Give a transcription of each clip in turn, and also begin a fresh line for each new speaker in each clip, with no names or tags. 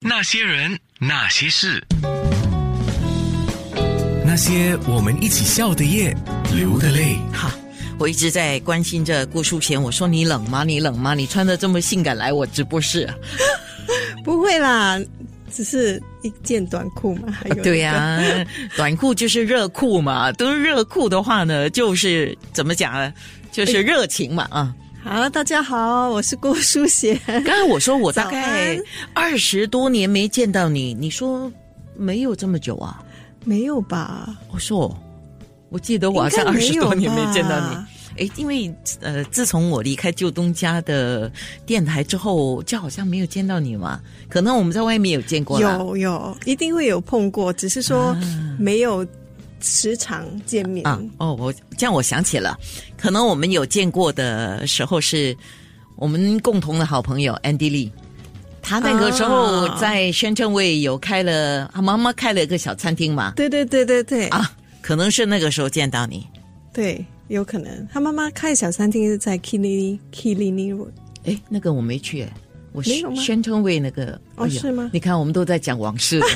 那些人，那些事，
那些我们一起笑的夜，流的泪。
哈，我一直在关心着郭淑贤。我说你冷吗？你冷吗？你穿的这么性感来我直播室啊？
不会啦，只是一件短裤嘛。还有那个
啊对呀、短裤就是热裤嘛，都是热裤的话呢，就是怎么讲呢？就是热情嘛啊！
好，大家好，我是郭 淑贤。
刚才我说我大
早
概
安
二十多年没见到你，你说没有这么久啊？
没有吧？
我说，我记得我好像
应该
二
没
十
有
多年没见到你
吧。
诶，因为呃，自从我离开旧东家的电台之后，就好像没有见到你嘛。可能我们在外面有见过啦。
有有，一定会有碰过，只是说没有时常见面。
啊，哦，我这样我想起了，可能我们有见过的时候是我们共同的好朋友 Andy Lee，他那个时候
啊
在深圳卫有开了，他妈妈开了一个小餐厅嘛，
对对对对对、
啊，可能是那个时候见到你。
对，有可能他妈妈开小餐厅是在 Kilini Kilini Road。
诶，哎那个我没去、诶我
没有吗
宣称卫那个
哦
哎呦
是吗
你看，我们都在讲往 事了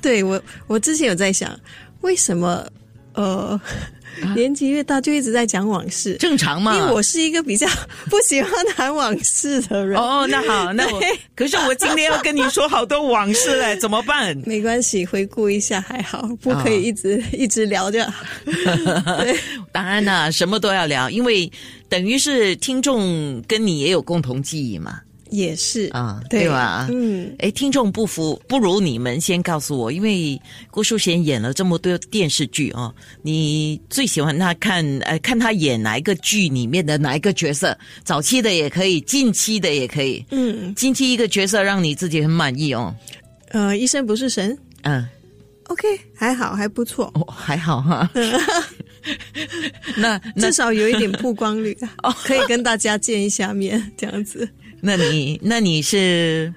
对我，我之前有在想，为什么呃，
啊
年纪越大就一直在讲往事。
正常嘛？
因为我是一个比较 不喜欢谈往事的人，
哦，那好，那我可是我今天要跟你说好多往事 嘞，怎么办？
没关系，回顾一下还好，不
啊
可以一直、 一直聊着。
当然啦，什么都要聊，因为等于是听众跟你也有共同记忆嘛，
也是
啊，
对
对吧？
嗯，
哎，听众不服，不如你们先告诉我，因为郭淑贤演了这么多电视剧哦，你最喜欢他看呃看他演哪一个剧里面的哪一个角色？早期的也可以，近期的也可以。
嗯，
近期一个角色让你自己很满意哦，
呃，医生不是神
嗯，
，OK，还好，还不错，
哦，还好哈。
嗯
那那哦
至少有一点曝光率，啊 可以跟大家见一下面，这样子。
那你那你是，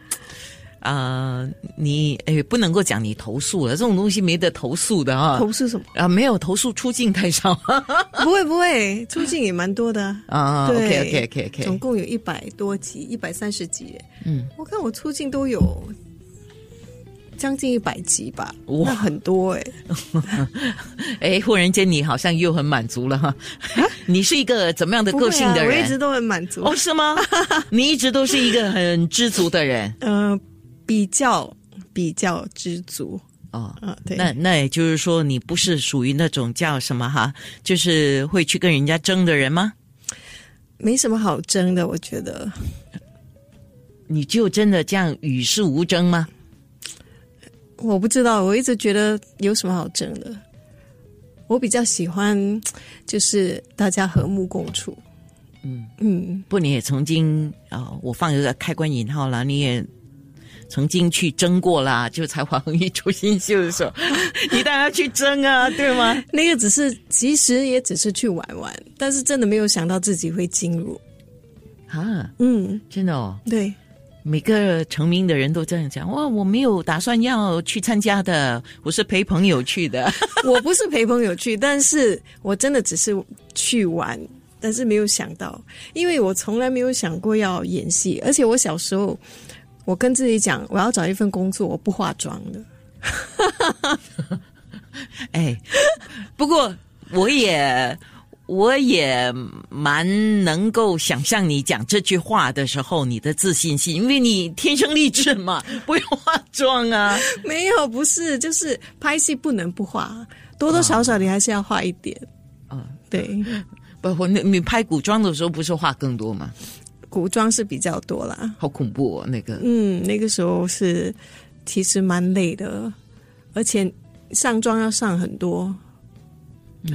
啊，你哎不能够讲你投诉了，这种东西没得投诉的啊
投诉什么？
啊，没有投诉出境太少
不会不会，出镜也蛮多的啊。
啊。
对
OK OK OK
总
OK，
共有一百多集，一百三十集。
嗯，
我看我出镜都有将近一百集吧，
哇
那很多哎、
哎，忽然间你好像又很满足了哈。 你是一个怎么样的
啊不会
个
啊
性的
我一直
人？
都很满足。
哦，是 吗？你一直都是一个很知足的人
呃，比较比较知足
哦。
啊、对，
那那也就是说，你不是属于那种叫什么哈，就是会去跟人家争的人吗？
没什么好争的，我觉得。
你就真的这样与世无争吗？
我不知道，我一直觉得有什么好争的。我比较喜欢，就是大家和睦共处。嗯
不，你也曾经啊、呃我放一个开关引号啦，你也曾经去争过啦，就才华横溢出新秀的时候， 你当然要去争啊，对吗
嗯？，那个只是其实也只是去玩玩，但是真的没有想到自己会进入。
啊，
嗯，
真的哦，
对，
每个成名的人都这样讲哇，我没有打算要去参加的，我是陪朋友去 的。
我不是陪朋友去，但是我真的只是去玩，但是没有想到，因为我从来没有想过要演戏，而且我小时候，我跟自己讲，我要找一份工作，我不化妆的。
哎，不过我也我也蛮能够想象你讲这句话的时候你的自信心，因为你天生丽质嘛，不用化妆啊。
没有，不是，就是拍戏不能不化，多多少少你还是要化一 点。
啊，
对，
不，我你你拍古装的时候不是话更多吗？
古装是比较多啦。
好恐怖哦，那个
嗯，那个时候是其实蛮累的，而且上妆要上很多，不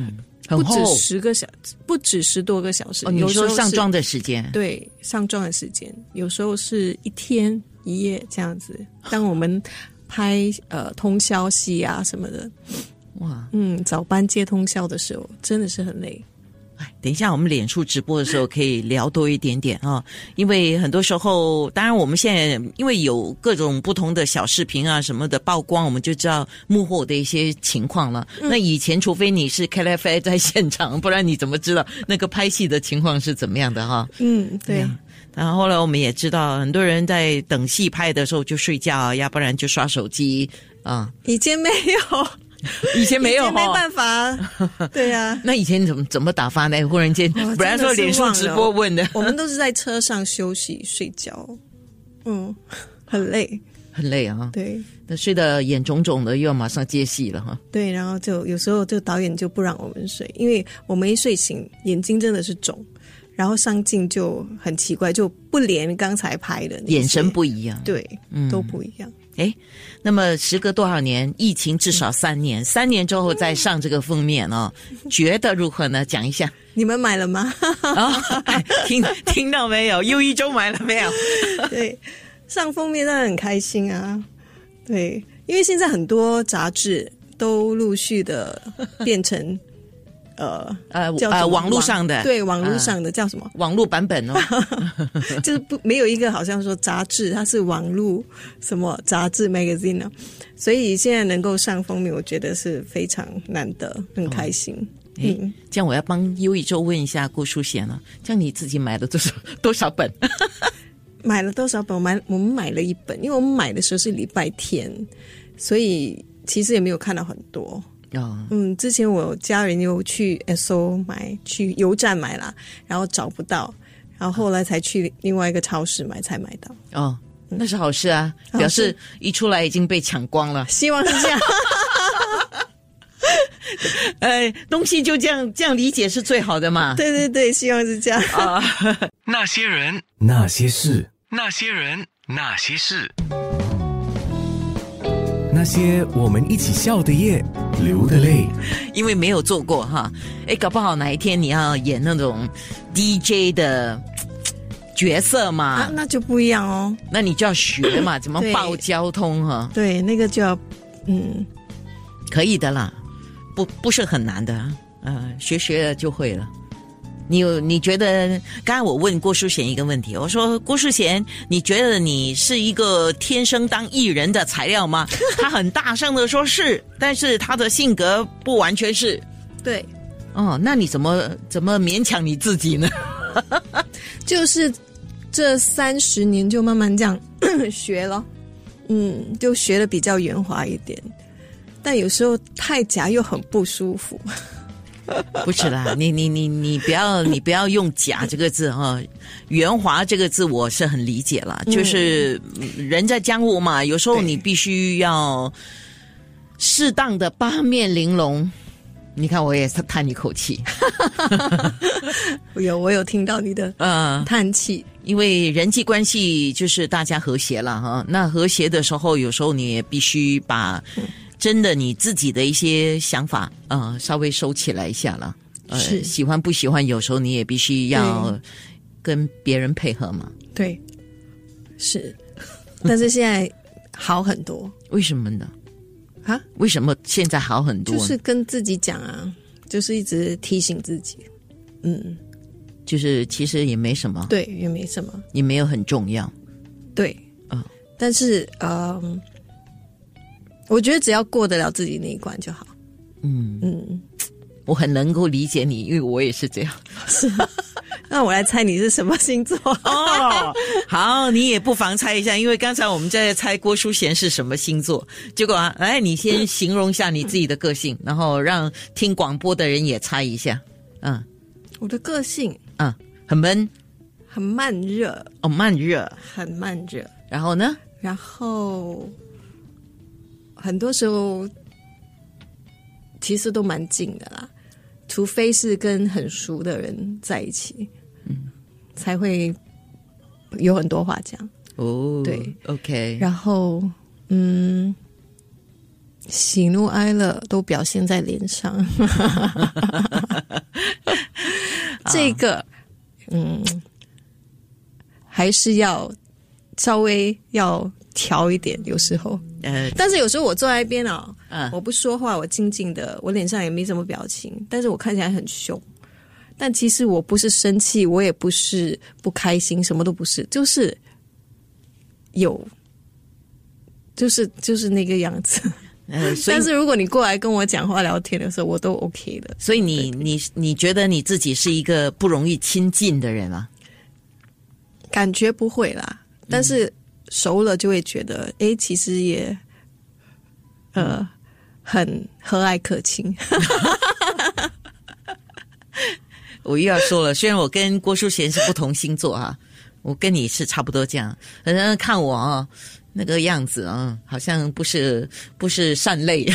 很厚
止十个小，不止十多个小时。
哦。你
有时候
说
是
上妆的时间，
对上妆的时间，有时候是一天一夜这样 子。当我们拍呃通宵戏啊什么的，
哇！
嗯，早班接通宵的时候，真的是很累。
哎，等一下我们脸书直播的时候可以聊多一点点啊，因为很多时候，当然我们现在因为有各种不同的小视频啊什么的曝光，我们就知道幕后的一些情况了。
嗯
那以前除非你是 K F I 在现场，不然你怎么知道那个拍戏的情况是怎么样的哈、
嗯，对。
然后后来我们也知道，很多人在等戏拍的时候就睡觉，啊要不然就刷手机啊、
以前没有，
以前 没有哦
以前没
哈。
办 法，对啊呀、
那以前怎么怎么打发呢？忽然间，
哇
本来说脸书直播问的，
我们都是在车上休息睡觉，嗯，很累，
很累啊。
对
那睡得眼肿肿的，又要马上接戏了哈。
对，然后就有时候就导演就不让我们睡，因为我们一睡醒眼睛真的是肿，然后上镜就很奇怪，就不连刚才拍的那些
眼神不一样。
对，都不一样。
哎，那么时隔多少年？疫情至少三年，三年之后再上这个封面哦，觉得如何呢？讲一 下
你们买了吗？
啊、哎听听到没有？又一周买了没有？
对，上封面当然很开心啊。对，因为现在很多杂志都陆续的变成呃
呃
叫什
呃，
么
网络上的
对网络
啊
上的叫什么？
网络版本哦，
就是不没有一个好像说杂志，它是网络什么杂志 magazine 呢、所以现在能够上封面，我觉得是非常难得，很开心。嗯
哎，这样我要帮优一周问一下顾淑贤了、这样你自己买了多少 多少本？
买了多少本？我买我们买了一本，因为我们买的时候是礼拜天，所以其实也没有看到很多。
哦，
嗯，之前我家人有去 SO 买，去油站买啦，然后找不到，然后后来才去另外一个超市买才买到。
哦，那是好事啊，
好事
表示一出来已经被抢光 了。
希望是这样，
呃，东西就这样这样理解是最好的嘛。
对对对，希望是这样。
啊，
那些人，
那些事，
那些人，那些事，
那些我们一起笑的夜，流的泪。
因为没有做过哈，哎，搞不好哪一天你要演那种 DJ 的嘖嘖角色嘛，
啊，那就不一样哦。
那你就要学嘛，怎么
对
报交通哈、
对，那个就要，嗯，
可以的啦，不不是很难的，呃，学学了就会了。你有你觉得？刚才我问郭淑贤一个问题，我说郭淑贤，你觉得你是一个天生当艺人的材料吗？他很大声的说是，但是他的性格不完全是。
对，
哦，那你怎么怎么勉强你自己呢？
就是这三十年就慢慢这样学了，嗯，就学的比较圆滑一点，但有时候太夹又很不舒服。
不是啦，你你你你不要你不要用“假”这个字哈，圆滑这个字我是很理解了，就是人在江湖嘛，有时候
对
你必须要适当的八面玲珑。你看，我也是叹一口气，
有，我有听到你的
嗯，
叹气，
因为人际关系就是大家和谐了哈。那和谐的时候，有时候你也必须把真的你自己的一些想法，呃，稍微收起来一下了。呃，
是嗯
喜欢不喜欢，有时候你也必须要
对
跟别人配合嘛。
对，是，但是现在好很 多
为什么呢？
啊，
为什么现在好很多
就
呢？
是跟自己讲啊，就是一直提醒自己，嗯，
就是其实也没什么，
对，也没什么，
也没有很重要。
对，
啊
但是嗯，我觉得只要过得了自己那一关就好。
嗯，
嗯，
我很能够理解你，因为我也是这样。
那我来猜你是什么星座？
哦， 好，你也不妨猜一下，因为刚才我们在猜郭淑贤是什么星座，结果啊，哎，你先形容一下你自己的个性，然后让听广播的人也猜一下。嗯
我的个性
嗯，很闷
很慢热，
哦，慢热，
很慢热，
然后呢，
然后很多时候其实都蛮近的啦，除非是跟很熟的人在一起，嗯，才会有很多话讲。
哦，
对
，OK，
然后，嗯，喜怒哀乐都表现在脸上。这个，嗯，还是要稍微要调一点，有时候。
呃，
但是有时候我坐在一边啊、
嗯
我不说话，我静静的，我脸上也没什么表情，但是我看起来很凶。但其实我不是生气，我也不是不开心，什么都不是，就是有，就是就是那个样子。
呃，所以
但是如果你过来跟我讲话聊天的时候，我都 OK 的。
所以你你你觉得你自己是一个不容易亲近的人啊？
感觉不会啦，但是熟了就会觉得，诶，其实也，呃，很和蔼可亲。
我又要说了，虽然我跟郭淑贤是不同星座啊， 我跟你是差不多这样。很多人看我啊，那个样子啊，好像不是不是善类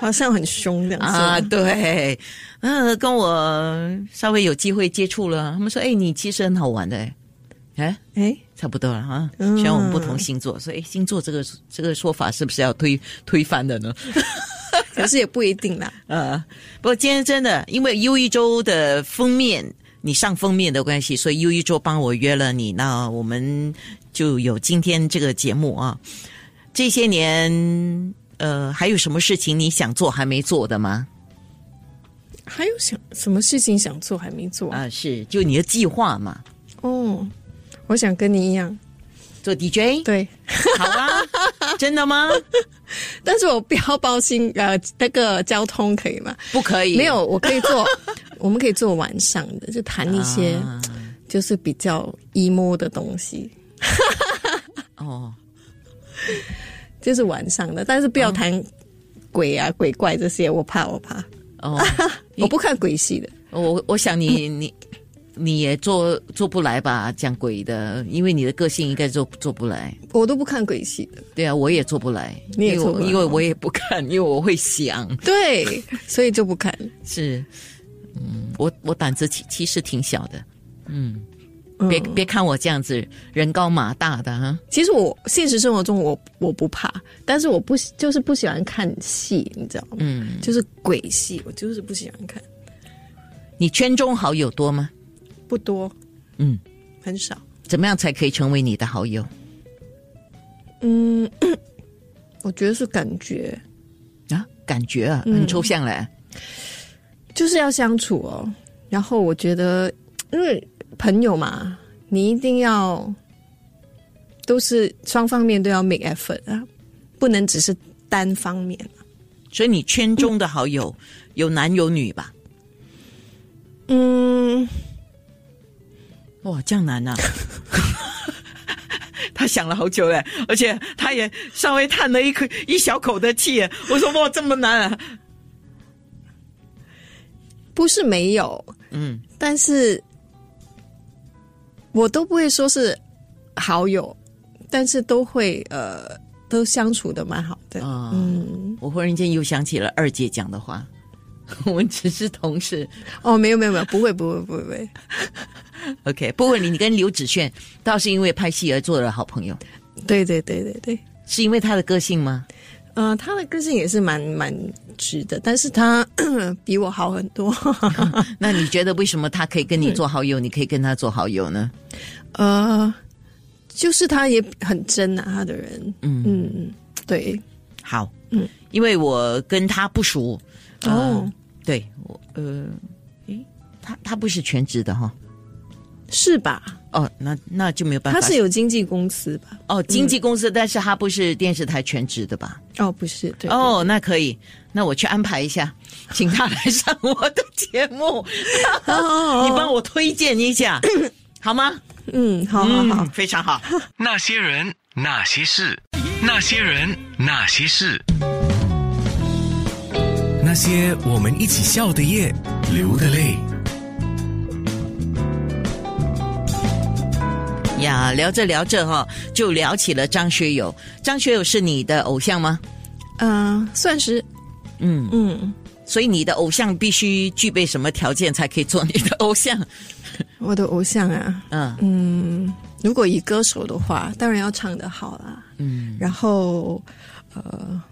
好像很凶这样子
啊，对，嗯、跟我稍微有机会接触了，他们说，哎，你其实很好玩的，哎哎，
哎，
差不多了啊。
嗯
虽然我们不同星座，所以哎星座这个这个说法是不是要推推翻的呢？
可是也不一定啦。
呃，不过今天真的因为优一周的封面，你上封面的关系，所以优一周帮我约了你，那我们就有今天这个节目啊。这些年，呃，还有什么事情你想做还没做的吗？
还有想什么事情想做还没做？
啊，是，就你的计划嘛，
哦，我想跟你一样，
做 DJ，
对，
好啊， 真的吗？
但是我不要包薪，呃，那个交通可以吗？
不可以，
没有，我可以做， 我们可以做晚上的，就谈一些、
啊
就是比较 emo 的东西，
哦，
就是晚上的，但是不要谈鬼啊、鬼怪这些，我怕，我怕，
哦，
我不看鬼戏的。
我我想你你你也做做不来吧，讲鬼的，因为你的个性应该做做不来。
我都不看鬼戏的，
对啊，我也做不来，
你也
因为我
做不来
因为我也不看， 因为我会想，
对，所以就不看。
是，嗯，我我胆子其其实挺小的，嗯，别别看我这样子人高马大的啊哈，
其实我现实生活中我我不怕，但是我不喜就是不喜欢看戏，你知道吗？
嗯，
就是鬼戏，我就是不喜欢看，
你圈中好友多吗？
不多，
嗯，
很少。
怎么样才可以成为你的好友
嗯，我觉得是感觉，
啊？感觉
嗯
啊，很抽象嘞、
就是要相处哦。然后我觉得，因为朋友嘛，你一定要都是双方面都要 make effort 啊，不能只是单方面。啊
所以你圈中的好友、有男有女吧？
嗯，
哇，这样难 呐、他想了好久嘞，而且他也稍微叹了一口一小口的气。啊我说哇，这么难、啊，
不是没有，
嗯，
但是我都不会说是好友，但是都会呃，都相处的蛮好的。
啊
嗯，
我忽然间又想起了二姐讲的话， 我们只是同事。
哦，没有没有没有，不会不会不会不会，
OK，不过你你跟刘子炫倒是因为拍戏而做了好朋友，
对对对对对。
是因为他的个性 吗？
呃，他的个性也是蛮蛮直的，但是他 比我好很多。
那你觉得为什么他可以跟你做好友，你可以跟他做好友呢？
呃，就是他也很真啊，他的人，
嗯
嗯，对，
好，
嗯，
因为我跟他不熟，呃
哦，
对，我呃，诶，他他不是全职的哈、
是吧？
哦，那那就没有办法。
他是有嗯经纪公司吧？
哦，经纪公司，但是他不是电视台全职的吧？
哦，不是，对，
哦，那可以，那我去安排一 下，请他来上我的节目，
对哦哦，
你
哦
帮我推荐一 下，好吗？
嗯，好好好，
嗯，非常好。
那些人，那些事，那些人，那些事。
那些我们一起笑的夜，流的泪。
呀，聊着聊着哈、就聊起了张学友。张学友是你的偶像吗？
嗯、算是，
嗯，
嗯，
所以你的偶像必须具备什么条件才可以做你的偶 像？
我的偶像啊，
嗯
嗯，如果以歌手的话，当然要唱得好啦，
嗯，
然后呃，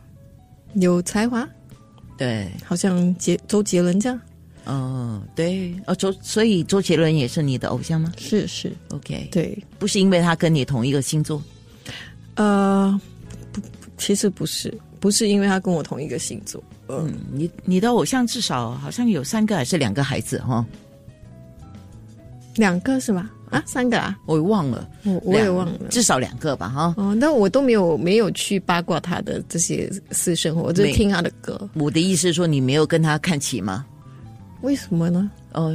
有才华，
对，
好像杰周杰伦这样，
哦，对，哦，周，所以周杰伦也是你的偶像吗
是是，
？OK，
对，
不是因为他跟你同一个星座，
呃，不，其实不是，不是因为他跟我同一个星座，
嗯，你你的偶像至少好像有三个还是两个孩子哈、哦，
两个是吧？啊，三个啊，
我忘了，
我我也
两
忘了。
至少两个吧哈、
哦，那我都没有没有去八卦他的这些私生活，我就
没
听他的歌。
我的意思是说，你没有跟他看齐吗？
为什么呢？
哦，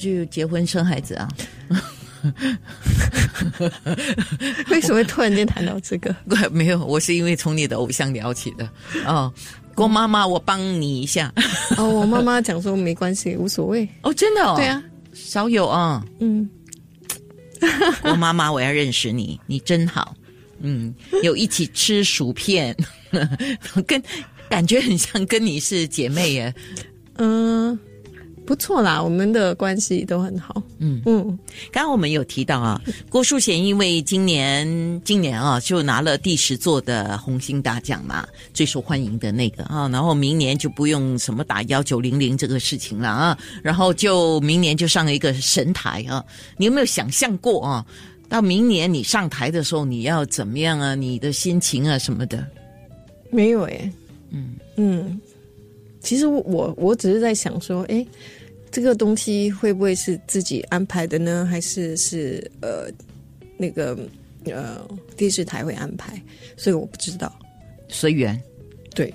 就结婚生孩子啊，
为什么会突然间谈到这个？
没有，我是因为从你的偶像聊起的。哦，郭妈妈，我帮你一下。
哦，我妈妈讲说没关系，无所谓。
哦，真的哦。
对，啊，
少有啊、
嗯，
郭妈妈，我要认识你，你真好。嗯，有一起吃薯片， 跟感觉很像跟你是姐妹耶。
嗯、不错啦，我们的关系都很好。
嗯
嗯，
刚刚我们有提到啊，郭淑贤因为今年今年啊就拿了第十座的红星大奖嘛，最受欢迎的那个啊，然后明年就不用什么打幺九零零这个事情了啊，然后就明年就上一个神台啊，你有没有想象过啊？到明年你上台的时候，你要怎么样啊？你的心情啊什么的，
没有诶、嗯嗯，其实我我只是在想说，诶，这个东西会不会是自己安排的呢？还是是呃那个呃电视台会安排？所以我不知道。
随缘。
对，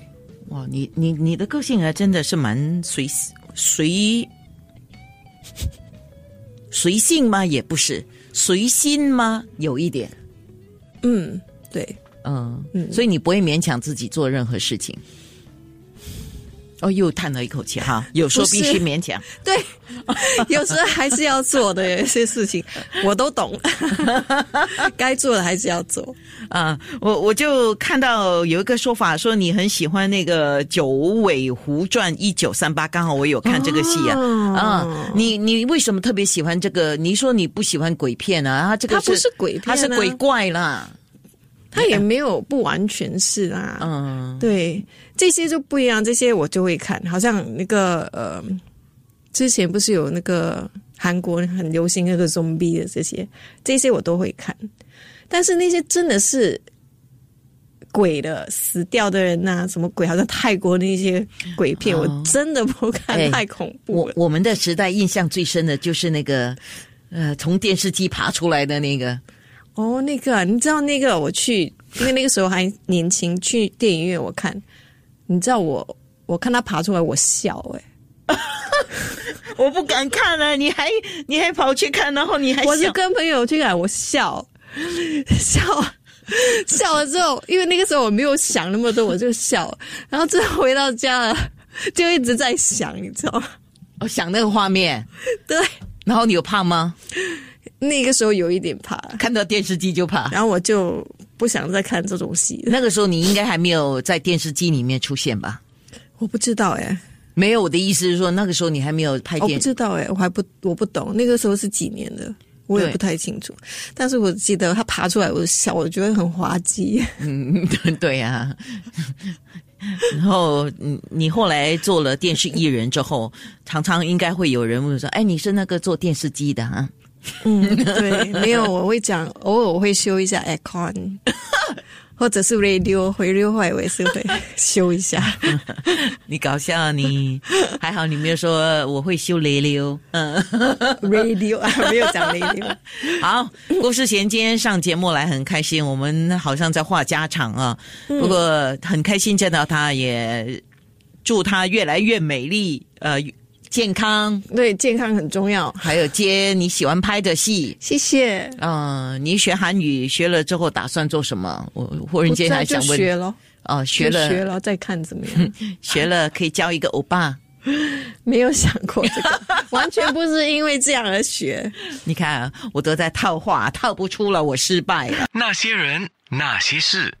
哇，你你你的个性还真的是蛮随随随性吗？也不是随心吗？有一点，
嗯，对，
嗯，所以你不会勉强自己做任何事情。哦，又叹了一口气哈，有时候
不
必
是
须勉强。
对，有时候还是要做的有些事情，我都懂， 该做的还是要做。
啊，我我就看到有一个说法说你很喜欢那个《九尾狐传一九三八》，刚好我有看这个戏啊。
哦
啊，你你为什么特别喜欢这个？你说你不喜欢鬼片啊？它这个
它不是鬼片
它
啊
是鬼怪啦。
他也没有不完全是啦，
嗯，
对，这些就不一样，这些我就会看。好像那个呃，之前不是有那个韩国很流行那个 zombie 的这些，这些我都会看。但是那些真的是鬼的死掉的人呐、什么鬼？好像泰国那些鬼片，我真的不看，
嗯哎
太恐怖
我
了。
我们的时代印象最深的就是那个，呃，从电视机爬出来的那个，
哦，那个啊你知道那个我去，因为那个时候还年轻，去电影院我看，你知道我我看他爬出来，我笑哎、
我不敢看了、你还你还跑去看，然后你还
我是
想
跟朋友去看，我笑笑笑了之后，因为那个时候我没有想那么多，我就笑。然后之后回到家了，就一直在想，你知道吗？
我哦想那个画面，
对，
然后你有怕吗？
那个时候有一点怕，
看到电视机就怕。
然后我就不想再看这种戏了。
那个时候你应该还没有在电视机里面出现吧？
我不知道哎、
没有，我的意思是说，那个时候你还没有拍
我
电
不知道哎、我还不我不懂，那个时候是几年的。我也
对
不太清楚，但是我记得他爬出来，我就笑，我觉得很滑 稽。
嗯，对呀、 然后你你后来做了电视艺人之后，常常应该会有人问说：“哎，你是那个做电视机的啊
嗯，对，没有，我会讲，偶尔我会修一下 aircon，或者是 radio 回 radio 坏，我也是 会修一下。？”
你搞笑啊，你还好你没有说我会修雷溜。嗯，
radio 啊，没有讲 radio。
好，郭世贤今天上节目来很开心，我们好像在话家常啊，
嗯
不过很开心见到他，也祝他越来越美丽，呃，健康，
对，健康很重要，
还有接你喜欢拍的戏。
谢谢。
嗯、你学韩语学了之后打算做什么？我我忽然
我
间还
再就
想问，
学咯，
哦，学
就
了
学了，再看怎么样。
学了可以教一个欧巴。
没有想过这个， 完全不是因为这样而学。
你啊看，我都在套话，套不出了，我失败了。
那些人，那些事。